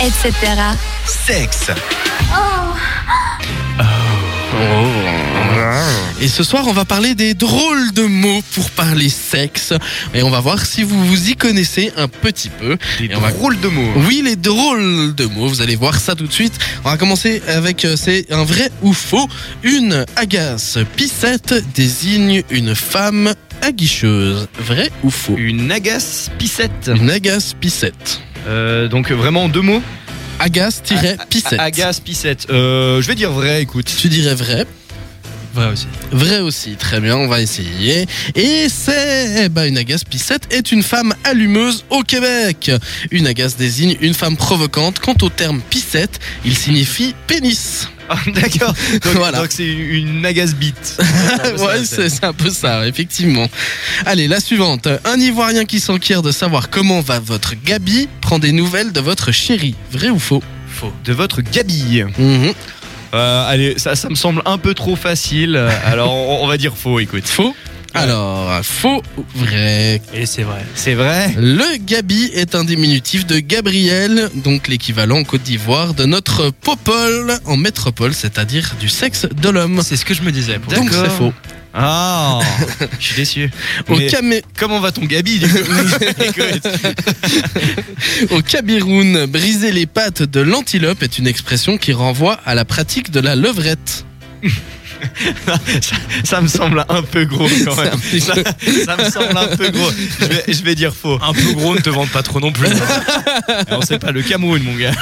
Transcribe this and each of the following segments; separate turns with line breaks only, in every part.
etc.
Sexe. Et ce soir, on va parler des drôles de mots pour parler sexe. Et on va voir si vous vous y connaissez un petit peu.
Des
Et on va-
drôles de mots.
Oui, les drôles de mots, vous allez voir ça tout de suite. On va commencer avec euh, c'est un vrai ou faux. Une agace pissette désigne une femme aguicheuse. Vrai ou faux
Une agace pissette.
Une agace pissette.
Euh, donc vraiment en deux mots.
Agace-pissette.
Agace pissette. Euh, je vais dire vrai, écoute.
Tu dirais vrai
Vrai aussi.
Vrai aussi, très bien, on va essayer. Et c'est. Eh ben, une agace pissette est une femme allumeuse au Québec. Une agace désigne une femme provocante. Quant au terme pissette, il signifie pénis.
Ah, D'accord. Donc
Voilà.
donc c'est une agace bite.
ouais, bah, c'est c'est un peu ça, effectivement. Allez, la suivante. Un Ivoirien qui s'enquiert de savoir comment va votre Gabi prend des nouvelles de votre chérie. Vrai ou faux
Faux. De votre gabille.
Mhm.
Euh, allez, ça, ça me semble un peu trop facile. Euh, Alors on, on va dire faux, écoute.
Faux Alors, faux ou vrai
Et c'est vrai.
C'est vrai.
Le Gabi est un diminutif de Gabriel, donc l'équivalent en Côte d'Ivoire de notre popole en métropole, c'est-à-dire du sexe de l'homme.
C'est ce que je me disais. pour-
Donc
D'accord.
c'est faux.
Ah, je suis déçu.
Au,
Mais
Camé-
comment va ton Gabi du coup Écoute.
au Cameroun, briser les pattes de l'antilope est une expression qui renvoie à la pratique de la levrette.
ça, ça me semble un peu gros quand
C'est un
même.
petit
Ça, ça me semble un peu gros. Je vais, je vais dire faux.
Un peu gros, ne te vante pas trop non plus.
On sait pas le Cameroun, mon gars.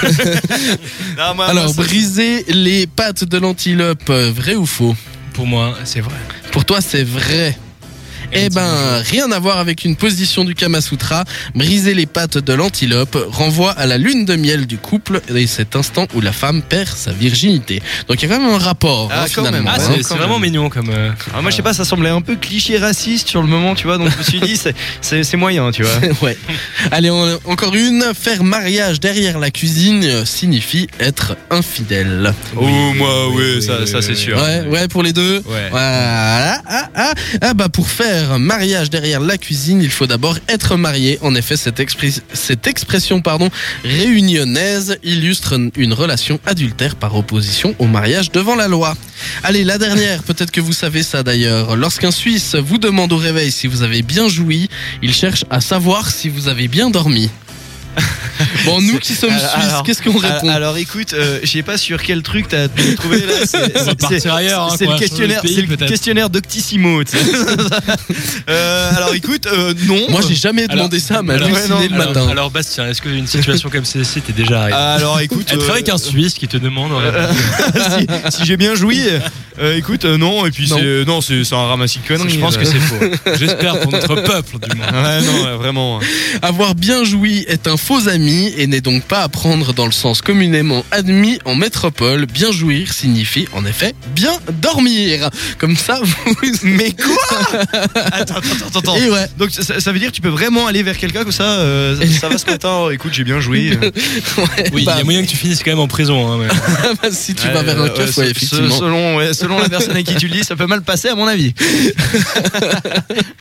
Non, moi,
Alors,
moi, ça-
briser les pattes de l'antilope, euh, vrai ou faux
Pour moi, c'est vrai.
Pour toi, c'est vrai. Eh ben, rien à voir avec une position du Kama Sutra. Briser les pattes de l'antilope renvoie à la lune de miel du couple et cet instant où la femme perd sa virginité. Donc il y a quand même un rapport.
Ah,
hein,
quand même.
finalement.
Ah,
Ouais,
c'est
quand
c'est
même.
vraiment mignon comme. euh,
Ah, moi, je sais pas, ça semblait un peu cliché raciste sur le moment, tu vois. Donc, je me suis dit, c'est- c'est c'est moyen, tu vois.
ouais. Allez, on- encore une. Faire mariage derrière la cuisine euh, signifie être infidèle.
oh, moi,
oui,
oui,
oui,
ça,
oui,
ça,
oui,
c'est
oui.
sûr.
Ouais, ouais, pour les deux.
Ouais.
Voilà. Ah, ah, ah bah pour faire un mariage derrière la cuisine, il faut d'abord être marié. En effet, cette, expri- cette expression pardon, réunionnaise illustre une relation adultère par opposition au mariage devant la loi. Allez, la dernière, peut-être que vous savez ça d'ailleurs. Lorsqu'un Suisse vous demande au réveil si vous avez bien joui, il cherche à savoir si vous avez bien dormi. Bon, nous qui sommes
Alors,
Suisses,
alors,
qu'est-ce qu'on
Alors,
répond
alors, écoute, euh, je sais pas sur quel truc t'as trouvé là. C'est-
On va
Euh, c'est-
partir ailleurs. hein,
C'est
quoi,
le
changer de
questionnaire,
pays,
c'est le
peut-être.
questionnaire Doctissimo. tu sais. Euh, alors écoute, euh, non.
Moi, j'ai jamais
Alors-
demandé ça, mais
alors-
halluciné le
alors-
matin.
Alors, Bastien, est-ce que une situation comme celle-ci t'est déjà arrivée
Alors écoute,
Être
euh,
avec un Suisse qui te demande.
euh, si, si j'ai bien joui, euh, écoute, euh, non. Et puis
Non.
c'est euh, non, c'est c'est un ramassis de conneries.
Je pense
euh.
que c'est faux. J'espère pour notre peuple, du moins.
Ouais, non, ouais, vraiment.
Avoir bien joui est un faux ami et n'est donc pas à prendre dans le sens communément admis en métropole. Bien jouir signifie en effet bien dormir. Comme ça, vous... Mais quoi
Attends, attends, attends, attends.
Et ouais.
Donc ça, ça veut dire que tu peux vraiment aller vers quelqu'un comme ça. euh, ça, ça va ce matin. oh, écoute, j'ai bien joué. euh.
Ouais,
Oui, il
bah,
y a moyen que tu finisses quand même en prison. hein, mais-
bah, si tu
Ouais,
vas vers un
euh,
keuf,
ouais,
ouais,
se-
effectivement.
se- Selon, ouais, selon la personne à qui tu le dis, ça peut mal passer à mon avis.